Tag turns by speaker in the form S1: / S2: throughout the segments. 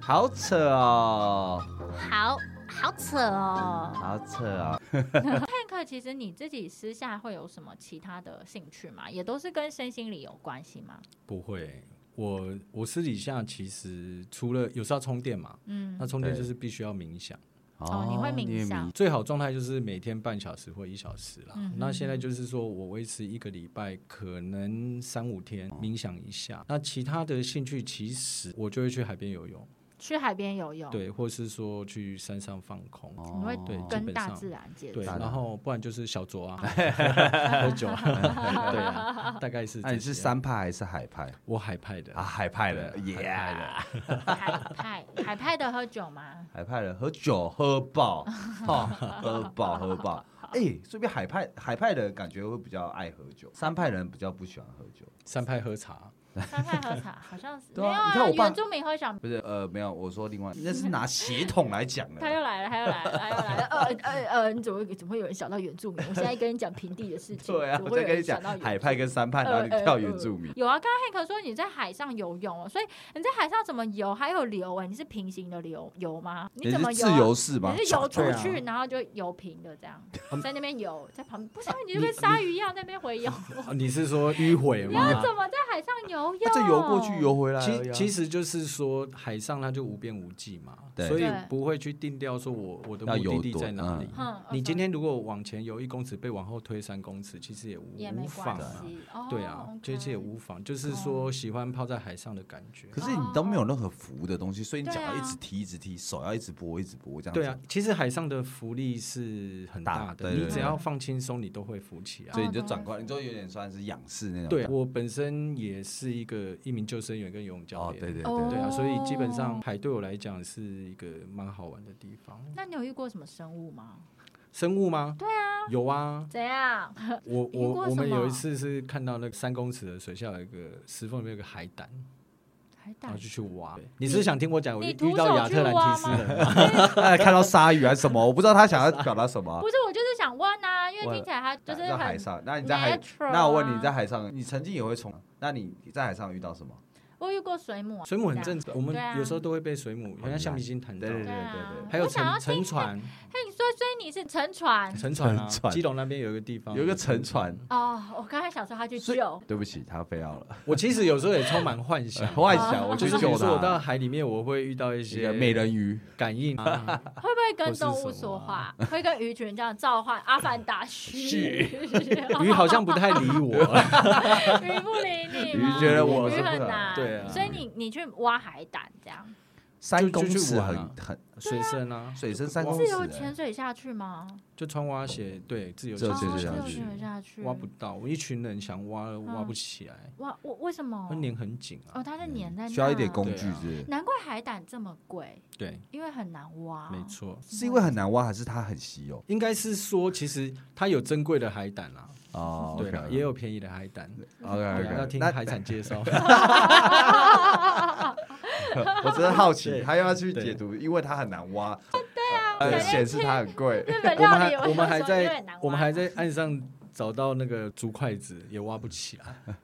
S1: 好扯哦，
S2: 好好扯哦。
S1: 好扯哦。
S2: Hank，其实你自己私下会有什么其他的兴趣吗？也都是跟身心理有关系吗？
S3: 不会，我我私底下其实除了有时候要充电嘛，
S2: 嗯
S3: 那，充电
S1: 对
S3: 就是必须要冥想，
S2: 哦你会冥
S1: 也
S2: 想
S3: 最好状态就是每天半小时或一小时啦。
S2: 嗯哼
S3: 那现在就是说我维持一个礼拜，可能三五天
S1: 哦
S3: 冥想一下。那其他的兴趣其实我就会去海边游泳，
S2: 去海边游泳，
S3: 对，或是说去山上放空。
S1: 哦
S2: 你会
S3: 对基
S2: 跟
S3: 本
S2: 大
S3: 上
S2: 自然接触
S3: 对，。
S1: 当然
S3: 然后不然就是小酌啊，喝 酒啊， 对
S2: 哦
S3: 啊， 大概是。
S1: 那你是？山派还是海派？
S3: 我海派的
S1: 啊，，海派的，
S3: 对
S1: 耶、
S3: 海派的
S2: 海派，海派的喝酒吗？
S1: 海派的喝酒喝 爆，哈、喝爆喝爆。哎、说不定海派海派的感觉会比较爱喝酒，山派人比较不喜欢喝酒。
S3: 山派喝茶，
S2: 三派喝茶好像是
S1: 对
S2: 没
S1: 啊
S2: 有
S1: 你看我爸
S2: 原住民喝小，
S1: 不是，呃，没有，我说另外，那是拿血统来讲
S2: 他又
S1: 的。
S2: 来了，他又来了，他又来了。 呃呃呃，你怎么会怎么会有人想到原住民？我现在跟你讲平地的事情，
S1: 对啊，
S2: 怎么
S1: 我
S2: 会
S1: 在
S2: 有
S1: 跟你
S2: 人
S1: 讲
S2: 想到原住
S1: 海
S2: 民
S1: 派跟山派，然后你
S2: 呃呃
S1: 跳原住民。
S2: 有啊，刚刚汉克说你在海上游泳哦，所以你在海上怎么游？还有流哎、你是平行的游游吗？你怎么
S1: 你是
S2: 游
S1: 自
S2: 啊？
S1: 由式吗？
S2: 你是游出
S3: 对啊
S2: 去，然后就游平的这样，在那边游，在旁边，不是啊你就
S3: 你
S2: 跟鲨鱼一样在那边回游。
S3: 啊你是说迂回
S2: 你
S3: 吗？
S2: 要怎么在海上游
S3: 啊
S2: 泳？
S1: 那就游过去，游回来而已啊、
S3: 其其实就是说，海上它就无边无际嘛，
S1: 对
S3: 所以
S2: 对
S3: 不会去定调说我我的
S1: 要
S3: 目
S1: 游
S3: 的地
S1: 多
S3: 在哪
S1: 嗯
S3: 里。
S2: 哼，
S3: 你今
S2: OK
S3: 天如果往前游一公尺，被往后推三公尺，其实也无
S2: 也没
S3: 无
S2: 关
S3: 妨啊。
S2: 系，哦
S3: 对啊，其实也无妨，就是说喜欢泡在海上的感觉。
S1: 可是你都没有任何浮的东西，所以你脚
S2: 对
S1: 要
S2: 啊
S1: 一直踢，一直踢，手要一直拨，一直拨这样子。
S3: 对啊，，其实海上的浮力是很
S1: 大
S3: 大
S1: 对
S3: 的，
S1: 对
S3: 你
S1: 对
S3: 只要放轻松，你都会浮起来
S1: 所。以你就
S2: 哦
S1: 转过来，你就有点算是仰视那种。
S3: 对啊我本身也是一个一名救生员跟游泳教
S1: 哦，
S3: 练，
S1: 对对
S2: 哦
S1: 对，
S3: 对 啊，所以基本上海对我来讲是一个蛮好玩的地方。
S2: 那你有遇过什么生物吗？
S3: 生物吗？对啊，有啊。
S2: 怎样？
S3: 我
S2: 你遇过
S3: 我我
S2: 什
S3: 们有
S2: 么
S3: 一次是看到那个三公尺的水下有一个石缝里面有个海胆，
S2: 海
S3: 然
S2: 胆
S3: 后就去挖。你是不是想听我讲我
S2: 你
S3: 遇
S2: 徒
S3: 遇到
S2: 手
S3: 亚
S2: 去
S3: 特兰
S2: 挖
S3: 提斯
S2: 吗
S3: 人？
S1: 哎看到鲨鱼还是什么，我不知道他想要表达什么啊。
S2: 不是，我就是想问啊，因为
S1: 我
S2: 听起来它就是
S1: 在
S2: 很
S1: 海上，那你在海，
S2: natural
S1: 那我问你，
S2: 啊
S1: 你在海上，你曾经也会冲，那你在海上遇到什么？
S2: 我遇过水母啊，
S3: 水母很
S2: 这样
S3: 正常，我们
S2: 对啊
S3: 有时候都会被水母，好像橡皮筋弹到
S1: 对。对对
S2: 对啊
S1: 对
S3: 还有
S2: 我想要
S3: 沉
S2: 听
S3: 沉
S2: 听
S3: 船，
S2: 嘿，你说，所以你是乘船
S3: 沉船啊
S1: 沉，船
S3: 基隆那边有一个地方，
S1: 有一个沉船。
S2: 哦？我刚才想说他去
S1: 所以
S2: 救，
S1: 对不起，他非要了，
S3: 我其实有时候也充满幻想，
S1: 幻想 我
S3: 就
S1: 去
S3: 是比
S1: 救
S3: 如说我到
S1: 他。
S3: 海里面，我会遇到一
S1: 一
S3: 些
S1: 个美人鱼，
S3: 感应 啊，
S2: 会不会
S3: 或
S2: 跟
S3: 是
S2: 动
S3: 什
S2: 物
S3: 么
S2: 说话
S3: 啊？
S2: 会跟鱼群这样召唤阿凡达嘘，
S3: 鱼好像不太理我。
S2: 鱼不理你
S1: 鱼
S2: 吗？
S1: 觉得我
S2: 鱼
S1: 是不
S2: 很
S1: 可
S2: 难，
S3: 对啊
S2: 所以你你去挖海胆这样，
S1: 三
S3: 就
S1: 公
S3: 就去
S1: 尺
S3: 玩
S1: 很
S3: 啊
S1: 很
S3: 水深啊，
S1: 水深三公
S2: 自
S1: 尺
S2: 由
S1: 欸，
S2: 潜水下去吗？
S3: 就穿蛙鞋，对，自由
S1: 自由
S3: 潜
S1: 潜
S2: 哦
S1: 水
S3: 水
S1: 下
S2: 自由
S1: 去
S2: 潜水下去，
S3: 挖不到，我一群人想挖挖不起来，
S2: 哇，我为什么
S3: 它？粘很紧啊
S2: 哦，。它是粘在
S1: 嗯需要一点
S2: 那
S1: 工
S3: 对
S1: 具
S3: 啊
S1: 是不是，
S2: 难怪海胆这么贵，
S3: 对，
S2: 因为很难
S1: 哦
S2: 挖。
S3: 没错，
S1: 是因为很难挖，还是它很稀有？
S3: 应该是说其实它有珍贵的海胆啦，
S1: 哦
S3: 对啦，也有便宜的海胆，
S1: OK
S3: 对啊要
S1: OK，
S3: 听
S1: 那
S3: 海产介绍。
S1: 我只是好奇，
S3: 对
S1: 他要去
S3: 对
S1: 解读，因为他很难挖，呃，
S2: 感觉
S1: 显示它很 贵。
S2: 日本
S3: 我们
S2: 料理
S3: 还我们还
S2: 有时候也很
S3: 在
S2: 难
S3: 我们
S2: 挖
S3: 还在岸上找到那个竹筷子，也挖不起来，
S2: 啊？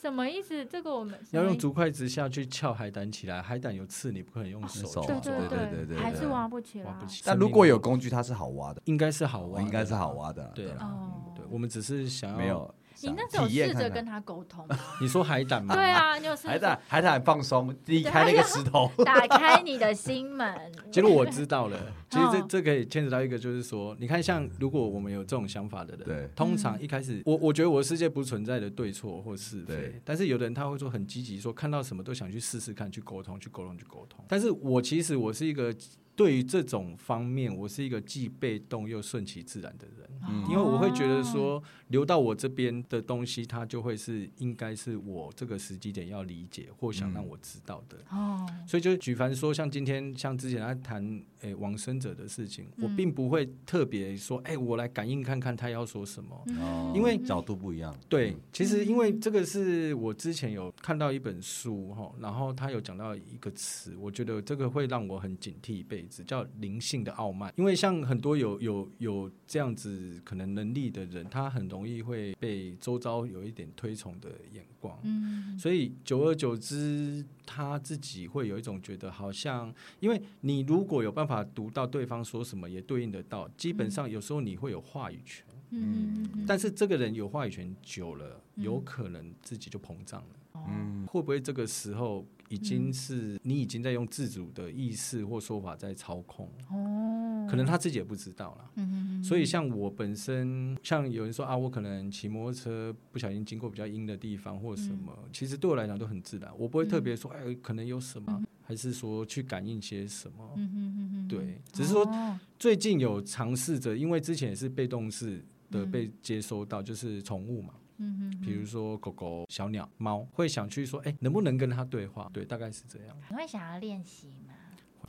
S2: 什么意思？这个我们
S3: 要
S2: 什么
S3: 用
S2: 意
S3: 竹筷子下去撬海胆起来，海胆有刺，你不可能用手去
S1: 手
S3: 抓，
S1: 啊
S2: 对
S1: 对对对
S2: 对
S1: 对
S2: 还
S1: 对
S2: 是挖不起来。
S3: 挖不起。
S1: 但如果有工具，它是好挖的，
S3: 应该是好挖，
S1: 应该是好。挖的啦。
S3: 对
S1: 啦，
S2: 哦，
S3: 啊嗯对，我们只是想要
S1: 没。有。
S2: 你
S1: 想
S2: 那时候
S1: 体验
S2: 试着
S1: 看
S2: 跟
S1: 看
S2: 他沟 通吗？
S3: 你说海胆吗？
S2: 对，啊，你有试
S1: 海
S2: 着
S1: 胆，海胆很放松，离开那个石头。
S2: 打开你的心 门？
S3: 结果我知 道了。其实这
S2: 哦
S3: 这可以牵扯到一个，就是说，你看，像如果我们有这种想法的人，
S1: 对嗯
S3: 通常一开始，我我觉得我的世界不存在的对错或是非
S1: 对，
S3: 但是有的人他会说很积极，说看到什么都想去试试看，去沟通，去沟通，去沟通。但是我其实我是一个对于这种方面，我是一个既被动又顺其自然的人。
S1: 嗯
S3: 因为我会觉得说，留到我这边的东西，它就会是应该是我这个时机点要理解或想
S1: 嗯
S3: 让我知道的。
S2: 哦，
S3: 所以就举凡说，像今天像之前他谈诶、往生者的事情，
S2: 嗯
S3: 我并不会特别说，哎、我来感应看看他要说什么。
S2: 啊 嗯
S1: 哦
S3: 因为
S1: 角度不一样，
S3: 对，其实因为这个是我之前有看到一本书哈，然后他有讲到一个词，我觉得这个会让我很警惕一辈置，叫灵性的傲慢。因为像很多有有有这样子可能能力的人，他很容易会被周遭有一点推崇的眼光，
S2: 嗯，
S3: 所以久而久之，他自己会有一种觉得好像，因为你如果有办法读到对方说什么，也对应得到，基本上有时候你会有话语权。
S2: 嗯嗯嗯，
S3: 但是这个人有话语权久了，
S2: 嗯
S3: 有可能自己就膨胀了。
S2: 嗯
S3: 会不会这个时候已经是你已经在用自主的意识或说法在操控？
S2: 哦，
S3: 可能他自己也不知道啦。
S2: 嗯嗯，
S3: 所以，像我本身，像有人说啊，我可能骑摩托车不小心经过比较阴的地方或什么，
S2: 嗯
S3: 其实对我来讲都很自然，我不会特别说，哎，可能有什么，还是说去感应些什么。
S2: 嗯嗯嗯嗯，
S3: 对，只是说
S2: 哦
S3: 最近有尝试着，因为之前也是被动式的
S2: 嗯
S3: 被接收到，就是宠物嘛，
S2: 嗯嗯，
S3: 比如说狗狗、小鸟、猫，会想去说，哎、能不能跟它对话？对，大概是这样，
S2: 你会想要练习吗？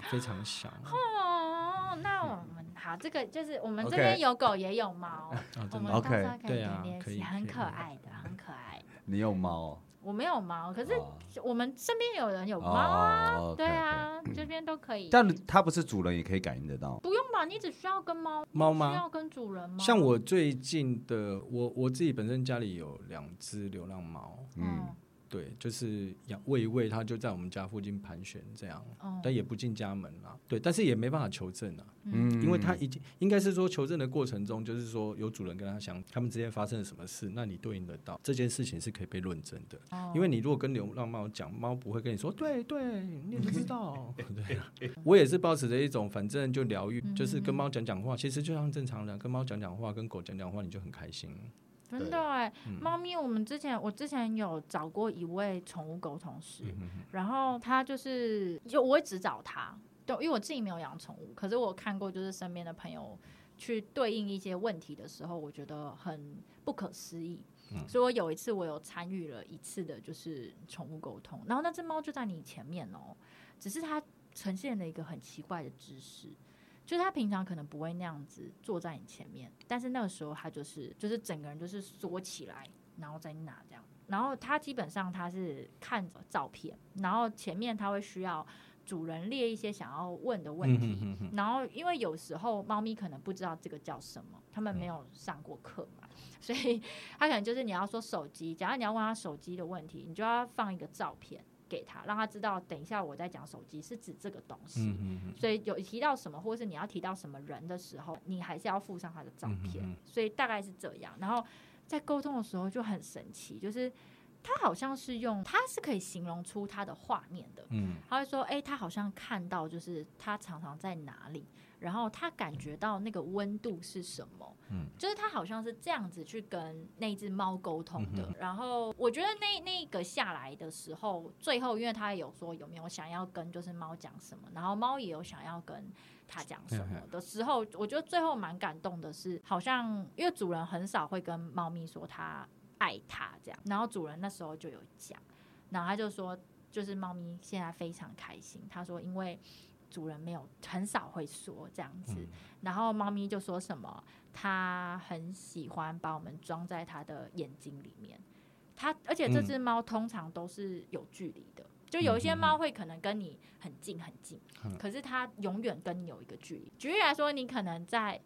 S3: 非常想
S2: 哦，
S3: 嗯
S2: 那我们好，这个就是我们这
S1: OK
S2: 边有狗也有猫，
S3: 啊，
S2: 我
S3: 真
S2: 们
S3: 的
S2: 到
S1: OK
S2: 时候可以
S3: 对啊
S2: 练练
S3: 可
S2: 习，
S3: 以
S2: 很
S3: 可以
S2: 可爱的，很可爱的。
S1: 你有猫哦？
S2: 我没有猫，可是
S1: 哦
S2: 我们身边有人有猫啊，
S1: 哦，
S2: 对
S1: OK，OK，
S2: 啊，哦这边都可以。
S1: 但它不是主人也可以感应得到。
S2: 不用吧，你只需要跟猫
S3: 猫
S2: 你需
S3: 吗？
S2: 要跟主人吗？
S3: 像我最近的，我我自己本身家里有两只流浪猫，
S1: 嗯
S2: 哦，
S3: 对，就是养喂一喂，它就在我们家附近盘旋这样，
S2: 哦，
S3: 但也不进家门啦，对，但是也没办法求证啊，
S2: 嗯
S1: 嗯
S3: 因为它已经应该是说求证的过程中，就是说有主人跟它相，他们之间发生了什么事，那你对应得到这件事情是可以被论证的。
S2: 哦
S3: 因为你如果跟流浪猫讲，猫不会跟你说，对对，你也不知道。 对啊，我也是保持着一种，反正就疗愈，
S2: 嗯
S3: 就是跟猫讲讲话，其实就像正常人跟猫讲讲话，跟狗讲讲话，你就很开心。
S2: 真的哎，猫咪，我们之前我之前有找过一位宠物沟通师，然后他就是就我会只找他，对，因为我自己没有养宠物，可是我看过就是身边的朋友去对应一些问题的时候，我觉得很不可思议。所以我有一次我有参与了一次的就是宠物沟通，然后那只猫就在你前面哦，只是它呈现了一个很奇怪的姿势，就是它平常可能不会那样子坐在你前面，但是那个时候它就是就是整个人就是缩起来，然后在那这样，然后它基本上它是看着照片，然后前面它会需要主人列一些想要问的问题，
S3: 嗯哼
S2: 然后，因为有时候猫咪可能不知道这个叫什么，他
S3: 嗯
S2: 们没有上过课嘛，所以 它可能就是你要说手机，假如你要问他手机的问题，你就要放一个照片给他，让他知道等一下我在讲手机是指这个东西。
S3: 嗯哼哼
S2: 所以有提到什么，或是你要提到什么人的时候，你还是要附上他的照片。
S3: 嗯嗯嗯
S2: 所以大概是这样。然后在沟通的时候就很神奇，就是他好像是用，他是可以形容出他的画面的。
S3: 嗯
S2: 他会说：“哎、他好像看到，就是他常常在哪里，然后他感觉到那个温度是什么。”
S3: 嗯，
S2: 就是他好像是这样子去跟那只猫沟通的。
S3: 嗯
S2: 然后我觉得那那个下来的时候，最后因为他也有说有没有想要跟就是猫讲什么，然后猫也有想要跟他讲什么的时候，我觉得最后蛮感动的是，好像因为主人很少会跟猫咪说他爱它这样，然后主人那时候就有讲，然后他就说，就是猫咪现在非常开心，他说因为主人没有很少会说这样子，
S3: 嗯
S2: 然后猫咪就说什么，它很喜欢把我们装在它的眼睛里面，它而且这
S1: 嗯
S2: 只猫通常都是有距离的。就有一些猫会可能跟你很近很近，
S3: 嗯
S2: 可是它永远跟你有一个距离。举例来说，你可能在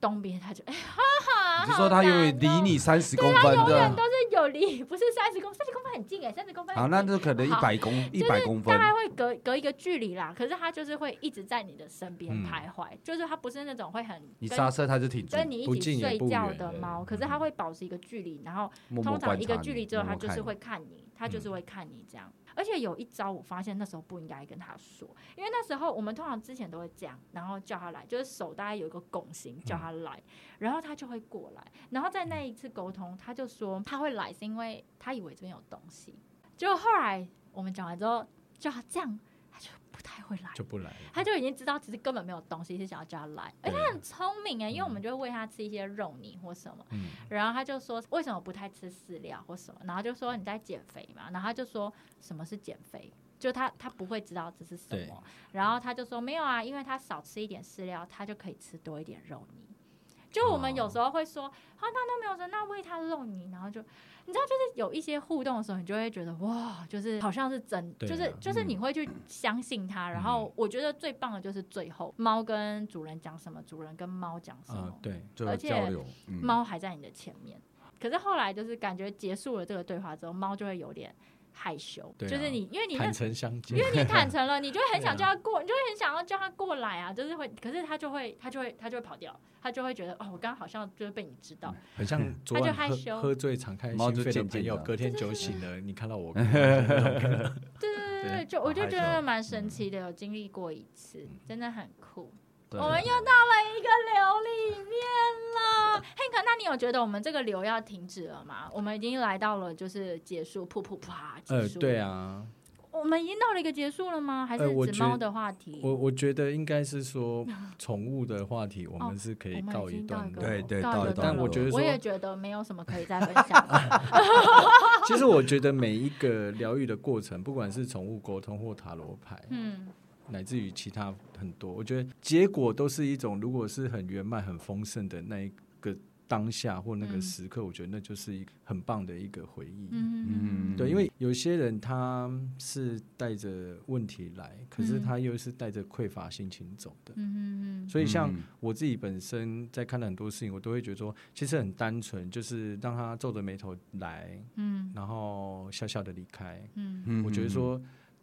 S2: 东边，它就哎哈哈，
S1: 你就说它永远离
S2: 好难哦啊
S1: 你三十公分
S2: 永远
S1: 的，
S2: 都是有离，不是三十公三十公分很近哎，三十公分很
S1: 好，那
S2: 近
S1: 就可能一
S2: 好
S1: 百公一百公
S2: 大
S1: 分。
S2: 概会隔隔一个距离啦，可是它就是会一直在你的身边
S3: 嗯
S2: 徘徊，就是它不是那种会很
S1: 你
S2: 跟
S1: 刹车它就挺住，
S2: 跟你
S3: 不
S2: 一
S3: 近
S2: 起
S3: 也
S2: 睡
S3: 不
S2: 觉
S3: 远嗯
S2: 的
S1: 对
S2: 猫，可是它会保持一个距离，然后
S1: 默默
S2: 通
S1: 观
S2: 常
S1: 察
S2: 一个距
S1: 你
S2: 离之后，它
S1: 默
S2: 就
S1: 默看
S2: 是
S1: 你嗯
S2: 会看你，它就是会看你这样。而且有一招，我发现那时候不应该跟它说，因为那时候我们通常之前都会这样，然后叫它来，就是手大概有一个拱形叫它
S1: 嗯
S2: 来，然后它就会过来。然后在那一次沟通，他就说他会来是因为他以为这边有东西，结果后来我们讲完之后，叫他这样，他就不太会来。
S3: 就不来了。
S2: 他就已经知道其实根本没有东西，是想要叫他来，而且他
S3: 对
S2: 很聪明哎，因为我们就会喂他吃一些肉泥或什么，
S3: 嗯
S2: 然后他就说为什么不太吃饲料或什么，然后就说你在减肥嘛，然后他就说什么是减肥，就他他不会知道这是什
S3: 对
S2: 么，然后他就说没有啊，因为他少吃一点饲料，他就可以吃多一点肉泥。就我们有
S3: 哦
S2: 时候会说，好、那都没有人，那喂它肉泥，然后就你知道，就是有一些互动的时候，你就会觉得哇，就是好像是真，
S3: 对啊
S2: 就是就是你会去相信它。
S3: 嗯
S2: 然后我觉得最棒的就是最后，猫跟主人讲什么，主人跟猫讲什么
S3: 啊，，对，
S2: 哦而且
S3: 就交流，
S1: 嗯
S2: 猫还在你的前面。可是后来就是感觉结束了这个对话之后，猫就会有点害羞，
S3: 对啊
S2: 就是你因为你那
S3: 坦诚相
S2: 因
S3: 见
S2: 为。你坦诚了，你就会很想
S3: 对啊
S2: 叫它过，你就会很想要叫它过来啊，就是会，可是它就会，它就会，它就会跑掉，它就会觉得哦，我刚刚好像就是被你知道，
S3: 很像昨
S2: 他
S3: 晚
S2: 就害
S3: 喝
S2: 羞
S3: 喝醉敞开心
S1: 猫就
S3: 扉的
S1: 渐渐
S2: 啊
S3: 朋友，
S1: 的
S3: 隔天酒醒了，你看 到我，
S2: 对对对
S3: 对
S2: 对，就我就
S1: 好害
S2: 觉得
S1: 羞
S2: 蛮神奇的，
S3: 嗯
S2: 有经历过一次，真的很酷。
S1: 对
S2: 我们又到了一个流里面了，Hank，那你有觉得我们这个流要停止了吗？我们已经来到了就是结束，噗噗啪，结
S3: 呃，
S2: 束。
S3: 对，啊，
S2: 我们已经到了一个结束了吗？还是
S3: 呃我
S2: 指
S3: 觉
S2: 猫的话题？
S3: 我我觉得应该是说宠物的话题，我们是可
S2: 哦
S3: 以
S2: 我们
S3: 告
S2: 已
S3: 一
S2: 经到
S3: 段
S2: 一
S3: 落。
S2: 个
S1: 对对，
S2: 告一
S1: 到
S2: 个
S1: 一
S2: 段
S1: 段
S3: 落但我觉得
S2: 我
S3: 说
S2: 也觉得没有什么可以再分享 的。
S3: 其实我觉得每一个疗愈的过程，不管是宠物沟通或塔罗牌，
S2: 嗯，
S3: 乃至于其他很多，我觉得结果都是一种，如果是很圆满、很丰盛的那一个当下或那个
S2: 嗯
S3: 时刻，我觉得那就是一个很棒的一个回忆。
S2: 嗯，
S3: 对，因为有些人他是带着问题来，可
S2: 嗯
S3: 是他又是带着匮乏心情走的。
S2: 嗯嗯
S3: 所以，像
S1: 嗯
S3: 我自己本身在看了很多事情，我都会觉得说，其实很单纯，就是让他皱着眉头来，
S2: 嗯
S3: 然后笑笑的离开。
S2: 嗯
S1: 嗯
S3: 我觉得说，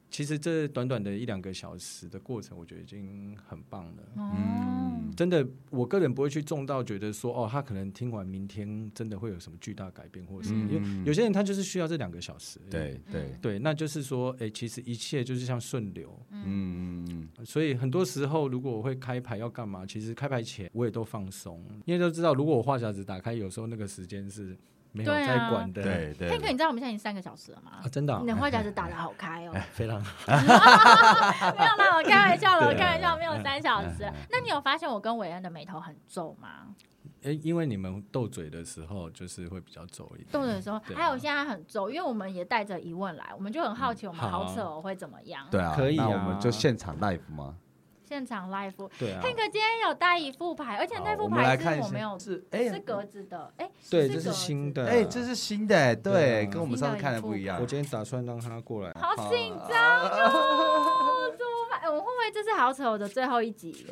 S3: 其实这短短的一两个小时的过程，我觉得已经很棒了。
S2: 嗯，哦，
S3: 真的，我个人不会去重到觉得说，哦，他可能听完明天真的会有什么巨大改变或什么，
S1: 嗯
S3: 因为有些人他就是需要这两个小时。
S1: 对
S2: 嗯
S1: 对，
S3: 对，那就是说，哎，其实一切就是像顺流，
S1: 嗯嗯
S3: 所以很多时候，如果我会开牌要干嘛，其实开牌前我也都放松，因为都知道，如果我话匣子打开，有时候那个时间是没有
S2: 对啊
S3: 在管的。
S1: 嗯，对
S2: 佩
S1: 对
S2: 克，你知道我们现在已经三个小时了吗
S3: 啊，？真的啊、
S2: 你的话匣子打的好开哦，
S3: 非常好。
S2: 没有啦，我开玩笑的，我
S3: 对啊
S2: 开玩笑，没
S1: 嗯
S2: 有三小时。那你有发现我跟韦恩的眉头很皱吗？
S3: 哎，因为你们斗嘴的时候，就是会比较走一点。
S2: 动的时候，
S3: 对啊
S2: 还有现在很皱，因为我们也带着疑问来，我们就很好奇我们
S3: 好
S2: 好
S3: 啊
S2: 扯哦会怎么样。
S1: 对啊，
S3: 可以
S1: 那我
S3: 啊
S1: 们就现场 live 吗？
S2: 现场 live，
S3: 对啊，
S2: 佩克今天有带一副牌，而且那
S1: 好
S2: 副
S1: 我们来
S2: 牌
S1: 看
S2: 是
S1: 一
S2: 我
S1: 下，
S2: 没有，
S1: 是哎
S2: 是格子的，哎，
S3: 对，
S2: 格
S3: 这是
S2: 子
S3: 新的。
S1: 哎，这是新的哎，
S3: 对
S1: 对，
S3: 啊
S1: 跟我们上次看的不一样
S3: 我。今天打算让他过来。
S2: 好紧张哦！ 怎么办？哎我们会不会这是好扯的最后一集？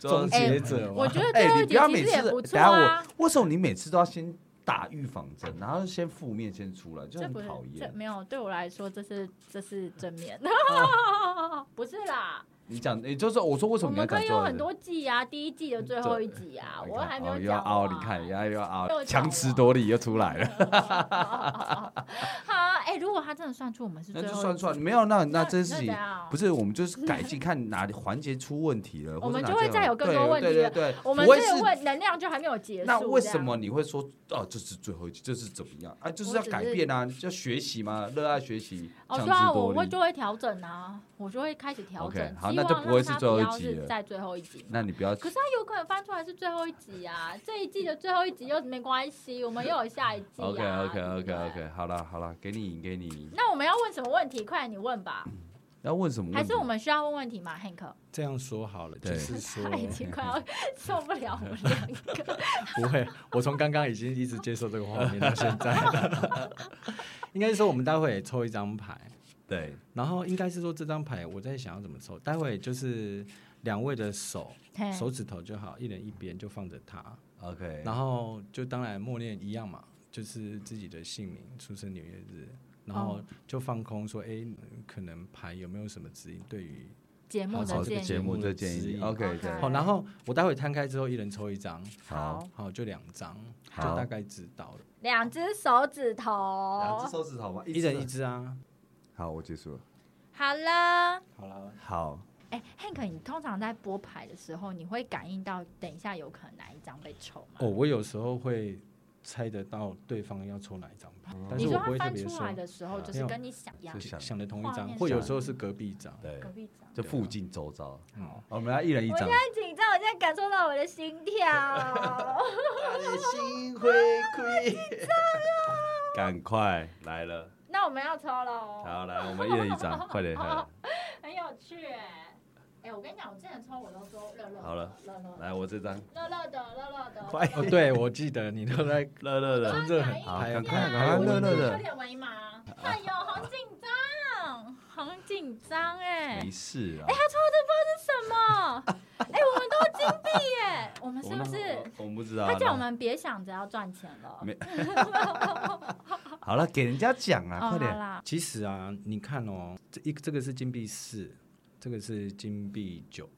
S3: 终结者
S2: 我
S3: 嘛，
S2: 觉得
S1: 哎
S2: 最，后一
S1: 你不
S2: 集
S1: 要
S2: 其
S1: 每
S2: 实
S1: 次
S2: 也不
S1: 等
S2: 错
S1: 下
S2: 啊。
S1: 我，为什么你每次都要先打预防针，然后先负面先出来，就
S2: 这
S1: 很
S2: 不是
S1: 讨
S2: 这
S1: 厌。
S2: 没有对我来说，这是这是正面，不是啦。
S1: 你讲，也就是我说为什
S2: 我
S1: 么你要
S2: 们
S1: 讲
S2: 可以
S1: 这
S2: 有
S1: 个
S2: 很多季啊，第一季的最后一集啊，
S1: 你
S2: 我
S1: 看
S2: 还没
S1: 哦
S2: 有
S1: 又要
S2: 讲
S1: 凹，
S2: 完。
S1: 你看，然后又要
S2: 又
S1: 凹，
S2: 讲
S1: 强词
S2: 完
S1: 夺理又出来了。
S2: 好啊，哎，如果他真的算出我们是
S1: 那
S2: 最
S1: 就
S2: 后一
S1: 算
S2: 集，
S1: 算，没有那那真
S2: 那
S1: 事
S2: 怎
S1: 情
S2: 样
S1: 不是，我们就是改进，看哪里环节出问题了，
S2: 我
S1: 或者
S2: 们
S1: 哪
S2: 就会
S1: 些
S2: 再有更
S1: 对
S2: 多问题
S1: 对
S2: 了
S1: 对对，
S2: 我们
S1: 不会
S2: 这个
S1: 是
S2: 问能量就还没有结束。
S1: 那为
S2: 这
S1: 什
S2: 样
S1: 么？你会说哦，这是最后一集，这是怎么样啊？就是
S2: 我
S1: 要
S2: 只
S1: 改
S2: 是
S1: 变啊，就要学习嘛，热爱学习，
S2: 哦，
S1: 强
S2: 对啊，
S1: 词
S2: 我会
S1: 夺理
S2: 就。会调整啊，我就会开始调整
S1: OK，好
S2: 希
S1: 那
S2: 望
S1: 就
S2: 让
S1: 不会
S2: 它
S1: 是最后一
S2: 要
S1: 集
S2: 是
S1: 了
S2: 在最后一集。
S1: 那你不要
S2: 可是他有可能翻出来是最后一集啊，这一季的最后一集又没关系，我们又有下一季、啊。
S1: OK OK OK
S2: 对不对
S1: OK，好了好了，给你赢给你赢。
S2: 那我们要问什么问题？快点，你问吧。
S1: 要问
S3: 嗯
S1: 什么问题？
S2: 还是我们需要问问题吗，Hank？哎
S3: 这样说好了，就
S1: 对
S3: 是说
S2: 他已经快要受不了我们两个。
S3: 不会，我从刚刚已经一直接受这个画面到现在。 应该是说我们待会抽一张牌，
S1: 对
S3: 然后应该是说这张牌我在想要怎么抽，待会就是两位的手
S2: 嘿
S3: 手指头就好，一人一边就放着它，
S1: OK，
S3: 然后就当然默念一样嘛，就是自己的姓名、出生年月日，然后就放空说，哎、可能牌有没有什么指引对于
S2: 节目
S3: 好
S2: 的
S1: 好，这
S2: 建
S1: 个
S2: 议。
S1: 节目的建
S3: 建
S1: 议
S3: 议
S1: OK
S2: OK
S1: 对，
S3: 好，然后我待会摊开之后，一人抽一张，
S2: 好，
S3: 好，就两张，就
S1: 好
S3: 大概知道了，
S2: 两只手指头。
S1: 手指头吧，
S3: 一人一。支啊。
S1: 好，我结束了。
S2: 好了，
S3: 好了，
S1: 好，
S2: 哎，Hank，你通常在拨牌的时候，你会感应到等一下有可能哪一张被抽吗？
S3: 哦，我有时候会猜得到对方要抽哪一张牌，但
S2: 你
S3: 是
S2: 说
S3: 我不
S2: 他
S3: 会特
S2: 翻
S3: 别
S2: 出
S3: 说
S2: 来，的时候，就
S3: 没
S2: 是
S3: 有
S2: 跟你想要
S1: 就
S3: 就
S1: 想
S3: 想的同一
S2: 画
S3: 张，
S2: 面
S3: 或有
S1: 上
S3: 时候是隔壁张。
S1: 对
S2: 隔，壁张。
S1: 这附近周遭，
S3: 嗯
S1: 我们要一人一张。
S2: 很紧张，我现在感受到我的心 跳。
S1: 我的心会溃。赶快来了，
S2: 那我们要抽喽，
S1: 好来，我们一人一张，快点，快点。
S2: 很有趣哎、哎、哎，我跟你讲，我之前抽我都说乐乐，
S1: 好了，
S2: 乐乐，
S1: 来我这张，
S2: 乐乐的，乐乐的，
S1: 快
S3: 哦，对，我记得你都在
S1: 乐乐
S2: 我
S1: 的，
S2: 要
S3: 真的
S2: 打
S3: 很
S2: 一
S1: 好，
S3: 哎呀
S1: 赶快赶快乐乐
S2: 有
S1: 的，
S2: 点为
S3: 啊
S2: 麻，哎呦，好紧张，好紧张哎
S1: 没！事啊
S2: 哎，。他抽的不知道是什么，哎，我们都有金币耶，我们
S1: 我
S2: 是不
S1: 那
S2: 是？
S1: 我我不知道啊。
S2: 他叫我们别想着要赚钱了，
S1: 没那好了，给人家讲
S2: 哦，
S1: 啊，
S2: 好
S1: 快点。
S2: 啦，
S3: 其实啊，你看哦，这一这个是金币四，这个是金币九，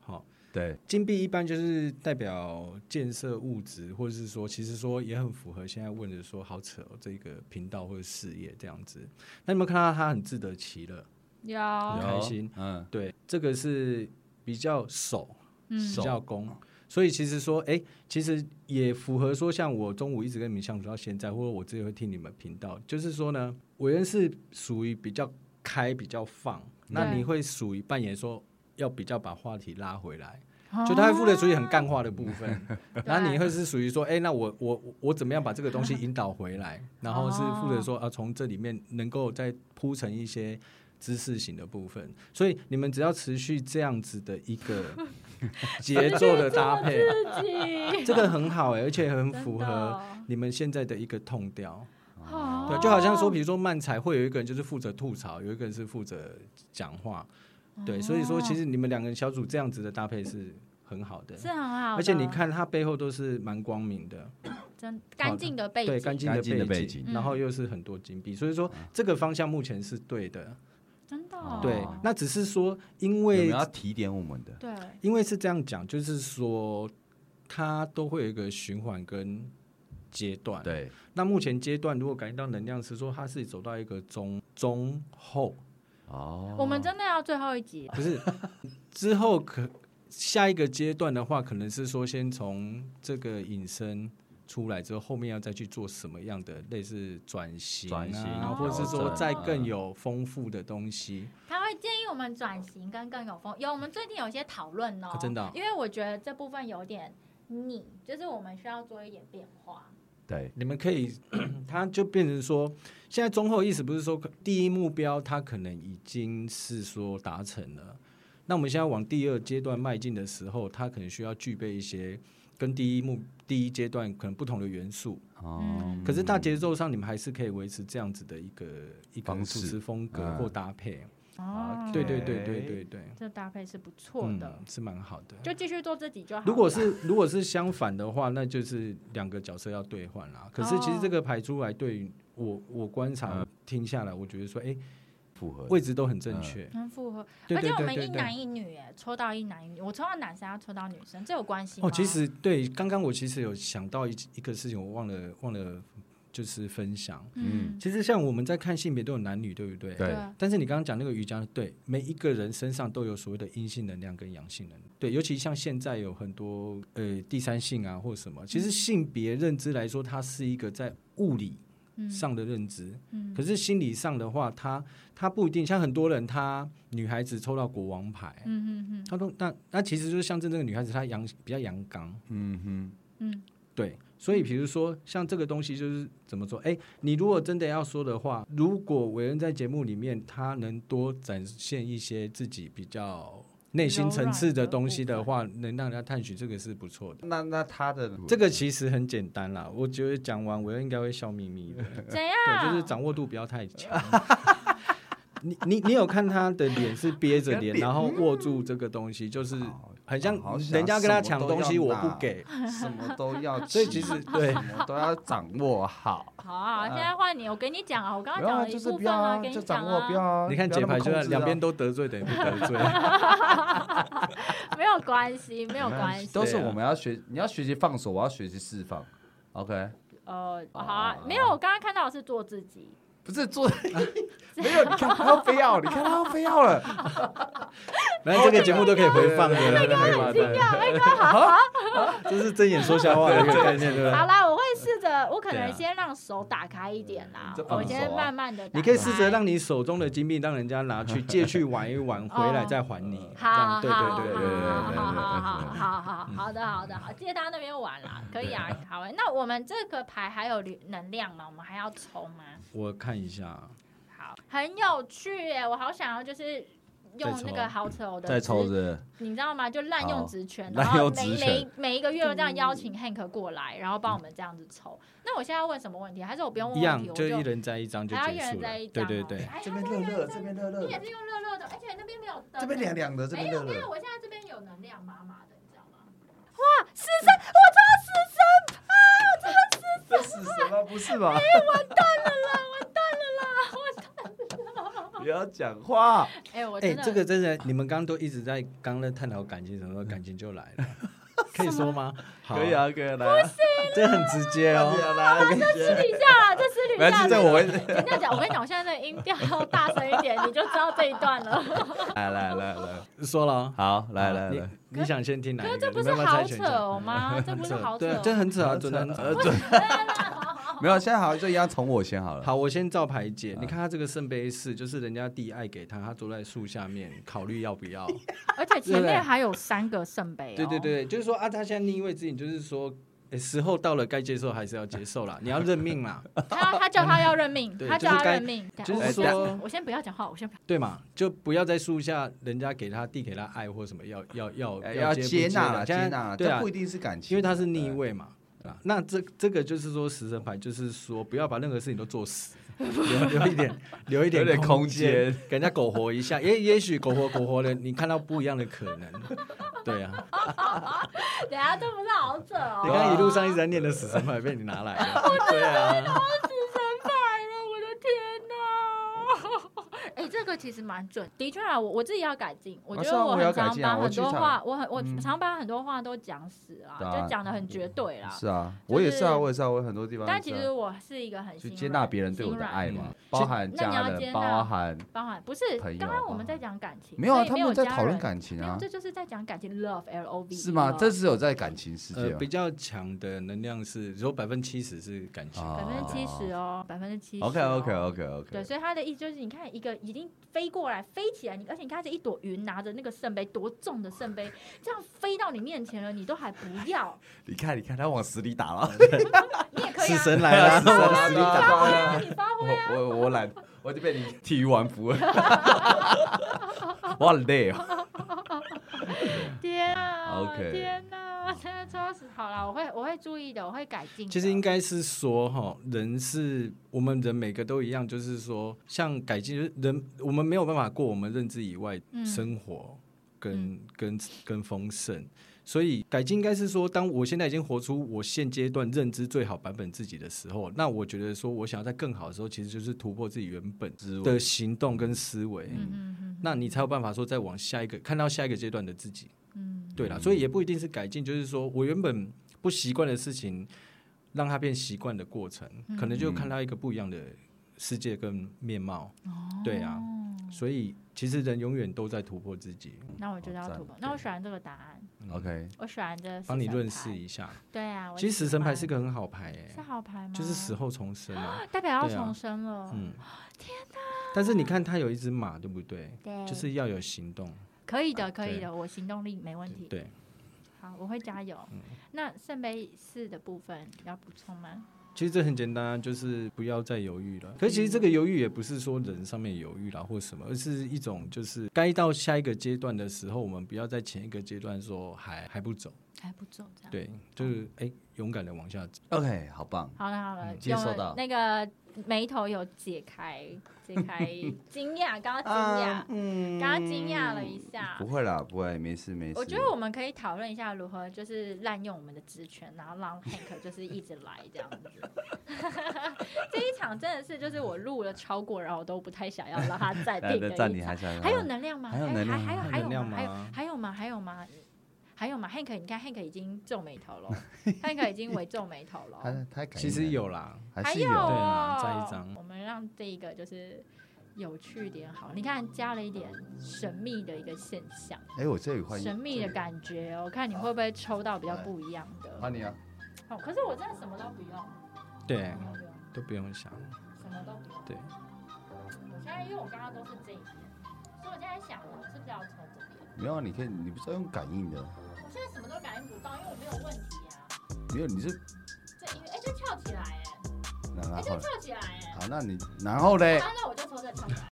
S3: 好、
S1: 对，
S3: 金币一般就是代表建设物质，或者是说，其实说也很符合现在问的说好扯、哦、这个频道或者事业这样子。那你们看到他很自得其乐，
S2: 有，
S3: 很开心。
S1: 嗯，
S3: 对，这个是比较守，
S2: 嗯
S3: 比较攻。所以其实说，哎、其实也符合说，像我中午一直跟你们相处到现在，或者我自己会听你们频道，就是说呢，伟恩是属于比较开、比较放，那
S2: 对
S3: 你会属于扮演说要比较把话题拉回来。就他会负责处理很干化的部分，
S2: 哦
S3: 然后你会是属于说，哎、那我我我我怎么样把这个东西引导回来，然后是负责说啊，从这里面能够再铺成一些知识型的部分。所以你们只要持续这样子的一个节奏的搭配，啊
S2: 自己，
S3: 这个很好哎、而且很
S2: 真
S3: 符
S2: 的
S3: 合你们现在的一个痛调。
S2: 哦
S3: 对，就好像说，比如说漫才会有一个人就是负责吐槽，有一个人是负责讲话。对，所以说其实你们两个人小组这样子的搭配是很好的。
S2: 哦是很好的，
S3: 而且你看，它背后都是蛮光明的，
S2: 真干净的背景，
S3: 对，干净
S1: 干净的
S3: 的
S1: 背
S3: 背
S1: 景嗯
S2: 嗯
S3: 然后又是很多金币，所以说这个方向目前是对的，
S2: 真的哦，
S3: 对。那只是说，因
S1: 我们
S3: 为
S1: 要提点我们的，
S2: 对，
S3: 因为是这样讲，就是说它都会有一个循环跟阶段。
S1: 对，
S3: 那目前阶段，如果感应到能量是说，它是走到一个中中后，
S1: 哦，
S2: 我们真的要最后一集，
S3: 不是之后可下一个阶段的话，可能是说先从这个引申出来之后，后面要再去做什么样的类似转型啊，
S1: 转型
S3: 或者是说
S1: 调整
S3: 再更有丰富的东西。
S2: 他会建议我们转型跟更有风。有，我们最近有一些讨论哦
S3: 啊，真的哦
S2: 因为我觉得这部分有点腻，就是我们需要做一点变化。
S1: 对，
S3: 你们可以， 它就变成说，现在中后的意思不是说第一目标它可能已经是说达成了，那我们现在往第二阶段迈进的时候，它可能需要具备一些跟第一目第一阶段可能不同的元素。
S1: 哦，
S2: 嗯
S3: 可是大节奏上，你们还是可以维持这样子的一个一个
S1: 方
S3: 主
S1: 式
S3: 持风格
S1: 嗯
S3: 或搭配。
S2: 哦，
S3: 对对对对对嗯对，
S2: 这搭配是不错
S3: 嗯
S2: 的，，
S3: 是蛮好的。
S2: 就继续做自己就好了。
S3: 如果是如果是相反的话，那就是两个角色要兑换啦。可是其实这个排出来，对于我我观察听下来，我觉得说，哎，
S1: 符合
S3: 位置都很正确。
S2: 很符合，
S3: 对
S2: 而且
S3: 对
S2: 我
S3: 对
S2: 们
S3: 对
S2: 一男
S3: 对。
S2: 一女，哎，抽到一男一女，我抽到男生，他抽到女生，这有关系吗？
S3: 哦，其实对，刚刚我其实有想到一一个事情，我忘了忘了，就是分享。
S2: 嗯，
S3: 其实像我们在看性别都有男女，对不对？
S1: 对
S3: 但是你刚刚讲那个瑜伽，对，每一个人身上都有所谓的阴性能量跟阳性能量，对，尤其像现在有很多呃第三性啊或什么，其实性别认知来说，它是一个在物理上的认知，
S2: 嗯
S3: 可是心理上的话，它它不一定像很多人，她女孩子抽到国王牌，
S2: 嗯嗯
S3: 她都那那其实就是象征这个女孩子她阳比较阳刚，
S1: 嗯
S2: 嗯
S3: 对，所以比如说像这个东西，就是怎么说？哎，你如果真的要说的话，如果伟恩在节目里面他能多展现一些自己比较内心层次的东西的话，能让人家探寻，这个是不错的。
S1: 哼，那那他的
S3: 这个其实很简单啦，我觉得讲完伟恩应该会笑眯 眯的。
S2: 嗯，怎样？
S3: 呃对，就是掌握度不要太强。你你你有看他的脸是憋 着脸，然后握住这个东西，就是很像
S1: 嗯好想
S3: 人家跟他
S1: 什么
S3: 抢
S1: 都
S3: 东西，
S1: 要
S3: 我
S1: 拿
S3: 不给。
S1: 什么都要，
S3: 所以其实对
S1: 什么都要掌握好。
S2: 好啊，现在换你，我给你讲啊，我刚
S1: 不
S2: 刚讲
S1: 要啊，
S2: 了
S1: 就
S2: 一
S1: 是
S2: 部
S1: 不
S2: 分
S1: 要
S2: 啊，
S1: 啊，
S2: 给
S1: 就
S2: 你
S1: 掌
S2: 讲
S1: 握不要
S2: 啊，
S1: 啊。
S3: 你看节牌就
S1: 就是
S3: 两边都得 罪等于不得罪，
S2: 没有关系，没有关 系。
S1: 都是我们要学，你要学习放手，我要学习释放。OK，
S2: 呃，好啊，没有，我刚刚看到的是做自己，
S1: 不是做没有，你看他要非要，你看他要非要了，
S3: 然后这个节目都可以回放的，对对对
S2: 哎哥，好啊，
S3: 对这是睁眼说瞎话的一个概念，对不
S2: 好
S3: 对？
S2: 啦，我会试着，我可
S3: 对
S2: 能
S3: 啊
S2: 先让手打开一点啦
S1: 这，放
S2: 我先
S1: 手啊
S2: 慢慢的，
S3: 你可以试着让你手中的金币让人家拿去借去玩一玩，回来再还你。这
S2: 哦好好好
S3: 样对
S2: 好好
S3: 对对对对对。
S2: 好好好好好的好的好，借他那边玩啦，可以啊，好哎。那我们这个牌还有能量吗？我们还要抽吗？
S3: 我看一下，
S2: 好，很有趣耶！我好想要就是用
S3: 再抽
S2: 那个好扯的
S1: 在抽
S2: 职
S1: 着，
S2: 你知道吗？就滥用职权，然
S1: 滥
S2: 后
S1: 用
S2: 每
S1: 职权
S2: 每每一个月这样邀请 Hank 过来，然后帮我们这样子抽。那我现在要问什么问题？还是我不用
S3: 一
S2: 问问
S3: 样
S2: 题？我
S3: 就一人摘一张就
S2: 哦还要一
S3: 结
S2: 人
S3: 束了
S2: 在一。张
S3: 对
S2: 哦。
S3: 对对，
S2: 哎
S1: 这边热热，这边热热
S2: 你，也是用热热的，而且那边没有灯。
S1: 这边凉凉的，这
S2: 没
S1: 边
S2: 有
S1: 热
S2: 没有，
S1: 热。
S2: 我现在这边有能量妈妈的，你知道吗？
S1: 这是什么？不是吧？不要讲话，
S2: 哎，我
S3: 哎
S2: 真，的
S3: 这个真的，你们刚刚都一直在刚在探讨感情，什么时候感情就 来了，可以说吗？好
S1: 可以，啊，可以啊来啊，
S3: 这很直接哦
S1: 可以。啊来，我跟你
S2: 私底下啦，这私底
S1: 没关
S2: 下
S1: 系，
S2: 啦。
S1: 这我会
S2: 人家讲，我跟你讲，我现在的音调要大声一点，你就知道这一段 了。
S1: 来来来来，
S3: 说了哦，
S1: 好，来
S3: 好
S1: 来
S3: 你
S1: 来，
S3: 你想先听哪一
S2: 可
S3: 个？
S2: 是这不
S3: 你
S2: 是
S3: 们要要
S2: 好
S3: 猜选
S2: 扯
S3: 一下
S2: 哦吗？这不是好扯
S3: 对
S2: 哦，，
S3: 这 很扯啊，
S1: 好
S3: 准的很
S1: 扯
S3: 扯
S1: 呃
S3: 啊。
S1: 准，没有，现在好像就一样，从我先好了。
S3: 好，我先照牌解。你看他这个圣杯四，就是人家递爱给他，他坐在树下面考虑要不 要。
S2: 而且
S3: 对
S2: 前
S3: 不对
S2: 面还有三个圣杯、哦。
S3: 对对。对，就是说啊，他现在另一位置，你就是说，诶时候到了，该接受还是要接受啦，你要认命啦，
S2: 他他叫他要认命，
S3: 对
S2: 他叫
S3: 就是
S2: 他
S3: 该
S2: 认命。哎
S3: 就是
S2: 我
S1: 说
S2: 我我先不要讲话，我先不要。
S3: 对嘛？就不要在树下，人家给他递给他爱或什么，要要要
S1: 哎要
S3: 接不
S1: 接纳
S3: 啦
S1: 了，
S3: 现在
S1: 接纳了，
S3: 对
S1: 这
S3: 啊
S1: 不，一定是感情，
S3: 因为他是逆
S1: 对
S3: 位嘛。啊那这这个就是说，食神牌就是说，不要把任何事情都做死，留留一点留一
S1: 有
S3: 点
S1: 点空间
S3: 给人家苟活一下。也也许苟活苟活的，你看到不一样的可能。对啊，
S2: 等一下这不是好者哦。
S3: 你刚刚一路上一直在念的死神牌被你拿来了，对啊，
S2: 神牌了，我的天哪！ 哎、这个其实蛮准，的确啊，我我自己要改进。我觉
S1: 是啊
S2: 得
S1: 我也要
S2: 很
S1: 改
S2: 常
S1: 进啊
S2: 把
S1: 我
S2: 很
S1: 去
S2: 多
S1: 查
S2: 话，我很我
S1: 嗯
S2: 常把很多话都讲死啊，
S1: 对啊
S2: 就讲的很绝对啦。
S1: 是啊，
S2: 就
S1: 我也是啊，
S2: 是
S1: 我也是啊，我有很多地方也是啊。
S2: 但其实我是一个很
S1: 去
S2: 心
S1: 接纳
S2: 软
S1: 别人对我
S2: 心
S1: 的
S2: 软
S1: 爱
S3: 嗯
S1: 嘛
S3: 其，
S1: 包含
S2: 那你要接纳
S1: 家人，包含
S2: 包含不是
S1: 朋，友
S2: 刚刚我
S1: 包
S2: 们
S1: 含
S2: 在讲感情，
S1: 没有啊，
S2: 所以
S1: 他
S2: 有
S1: 们在
S2: 家
S1: 讨论
S2: 人。
S1: 感情
S2: 没有，
S1: 啊，
S2: 这就是在讲感情，love L O V E
S1: 是吗？
S2: love
S1: 这只有在感情世界
S3: 呃，
S1: 吗
S3: 比较强的能量是，只有百分之七十是感情，
S1: 啊
S2: 百分之七十哦，百分之七十。
S1: OK OK。OK OK，
S2: 对，所以他的意思就是，你看一个已经飞过来、飞起来，你而且你看这一朵云拿着那个圣杯，多重的圣杯，这样飞到你面前了，你都还不要，
S1: 你看你看他往死里 打了，
S2: 你也可以
S3: 死
S2: 啊，
S3: 神来了，
S1: 往死里打
S2: 那
S1: 了，
S2: 你发挥啊。
S1: 我我我懒，我就被你体育完服了， 我好累哦，
S2: 天啊
S1: OK
S2: 天啊，真的超死！好了，我会我会注意的，我会改进的。
S3: 其实应该是说哈，人是我们人每个都一样，就是说像改进，就是人我们没有办法过我们认知以外
S2: 嗯
S3: 生活跟、
S2: 嗯
S3: 跟跟丰盛，所以改进应该是说，当我现在已经活出我现阶段认知最好版本自己的时候，那我觉得说我想要在更好的时候，其实就是突破自己原本的行动跟思维。
S2: 嗯嗯嗯
S3: 那你才有办法说再往下一个看到下一个阶段的自己。
S2: 嗯，
S3: 对啦，所以也不一定是改进，就是说我原本不习惯的事情，让它变习惯的过程，可能
S2: 嗯
S3: 就看到一个不一样的世界跟面貌。
S2: 哦
S3: 对啊，所以其实人永远都在突破自己。
S2: 那我就
S1: 好
S2: 要
S1: 赞
S2: 突破。那我喜欢这个答案，
S1: OK，
S2: 我喜欢这。
S3: 帮你润饰。一下，
S2: 对啊，我
S3: 其实
S2: 喜
S3: 死神牌
S2: 欢
S3: 是个很好牌诶、
S2: 是好牌吗？
S3: 就是死后重生啊。
S2: 代表要
S3: 对啊
S2: 重生了。
S3: 嗯，但是你看它有一只马，对不对？
S2: 对，
S3: 就是要有行动。
S2: 可以的，可以
S3: 对
S2: 的，我行动力没问题。
S3: 对，
S2: 好，我会加油。
S1: 嗯
S2: 那圣杯四的部分要补充吗？
S3: 其实这很简单啊，就是不要再犹豫了。可是其实这个犹豫也不是说人上面犹豫啦或什么，而是一种就是该到下一个阶段的时候，我们不要在前一个阶段说还还不走，
S2: 还不错，这样。
S3: 对，就是哎、勇敢的往下走。
S1: OK，好棒，
S2: 好了好了，
S1: 嗯接受
S2: 有
S1: 到
S2: 那个眉头有解开，解开惊 讶，刚刚惊讶，刚刚惊讶了一下
S1: 嗯不。会啦，不会，没事没事，
S2: 我觉得我们可以讨论一下如何就是滥用我们的职权，然后让 Hank 就是一直来这样子。 这一场真的是就是我录了超过，然后我都不太想要让他暂
S1: 来
S2: 停的
S1: 来
S2: 一
S1: 暂停
S2: 场
S1: 还是要
S2: 还有能量吗？
S1: 还有能量
S2: 还有还有
S3: 还有能量
S2: 还有
S3: 吗
S2: 还有吗？还有吗？还有吗？Hank，你看 Hank 已经皱眉头了 ，Hank 已经微皱眉头了。
S1: 他他改
S3: 其
S1: 名
S3: 实
S1: 了
S3: 有啦，
S2: 还
S1: 还是
S2: 有哦
S3: 对
S1: 有，
S3: 啊再一张
S2: 我们让这一个就是有趣一点好，你看加了一点神秘的一个现象，
S1: 哎，我这里换
S2: 神秘的感觉哦，我看你会不会抽到比较不一样的。
S1: 换你啊，
S2: 哦，可是我真的什么都不用，
S3: 哎对
S2: 什，么都不用，
S3: 都不用想。
S2: 什么都不用。
S3: 对，
S2: 我现在因为我刚刚都是这一边，所以我现在想，我是不是要抽这边？
S1: 没有啊，你可以，你不是要用感应的，
S2: 我现在什么都感应不到，因为我没有问题啊。
S1: 没有，你是
S2: 这因为哎，这跳起来哎，
S1: 然
S2: 哎，
S1: 后哎
S2: 这跳起来哎。
S1: 好，那你然后嘞
S2: 啊，那我就抽这跳起来。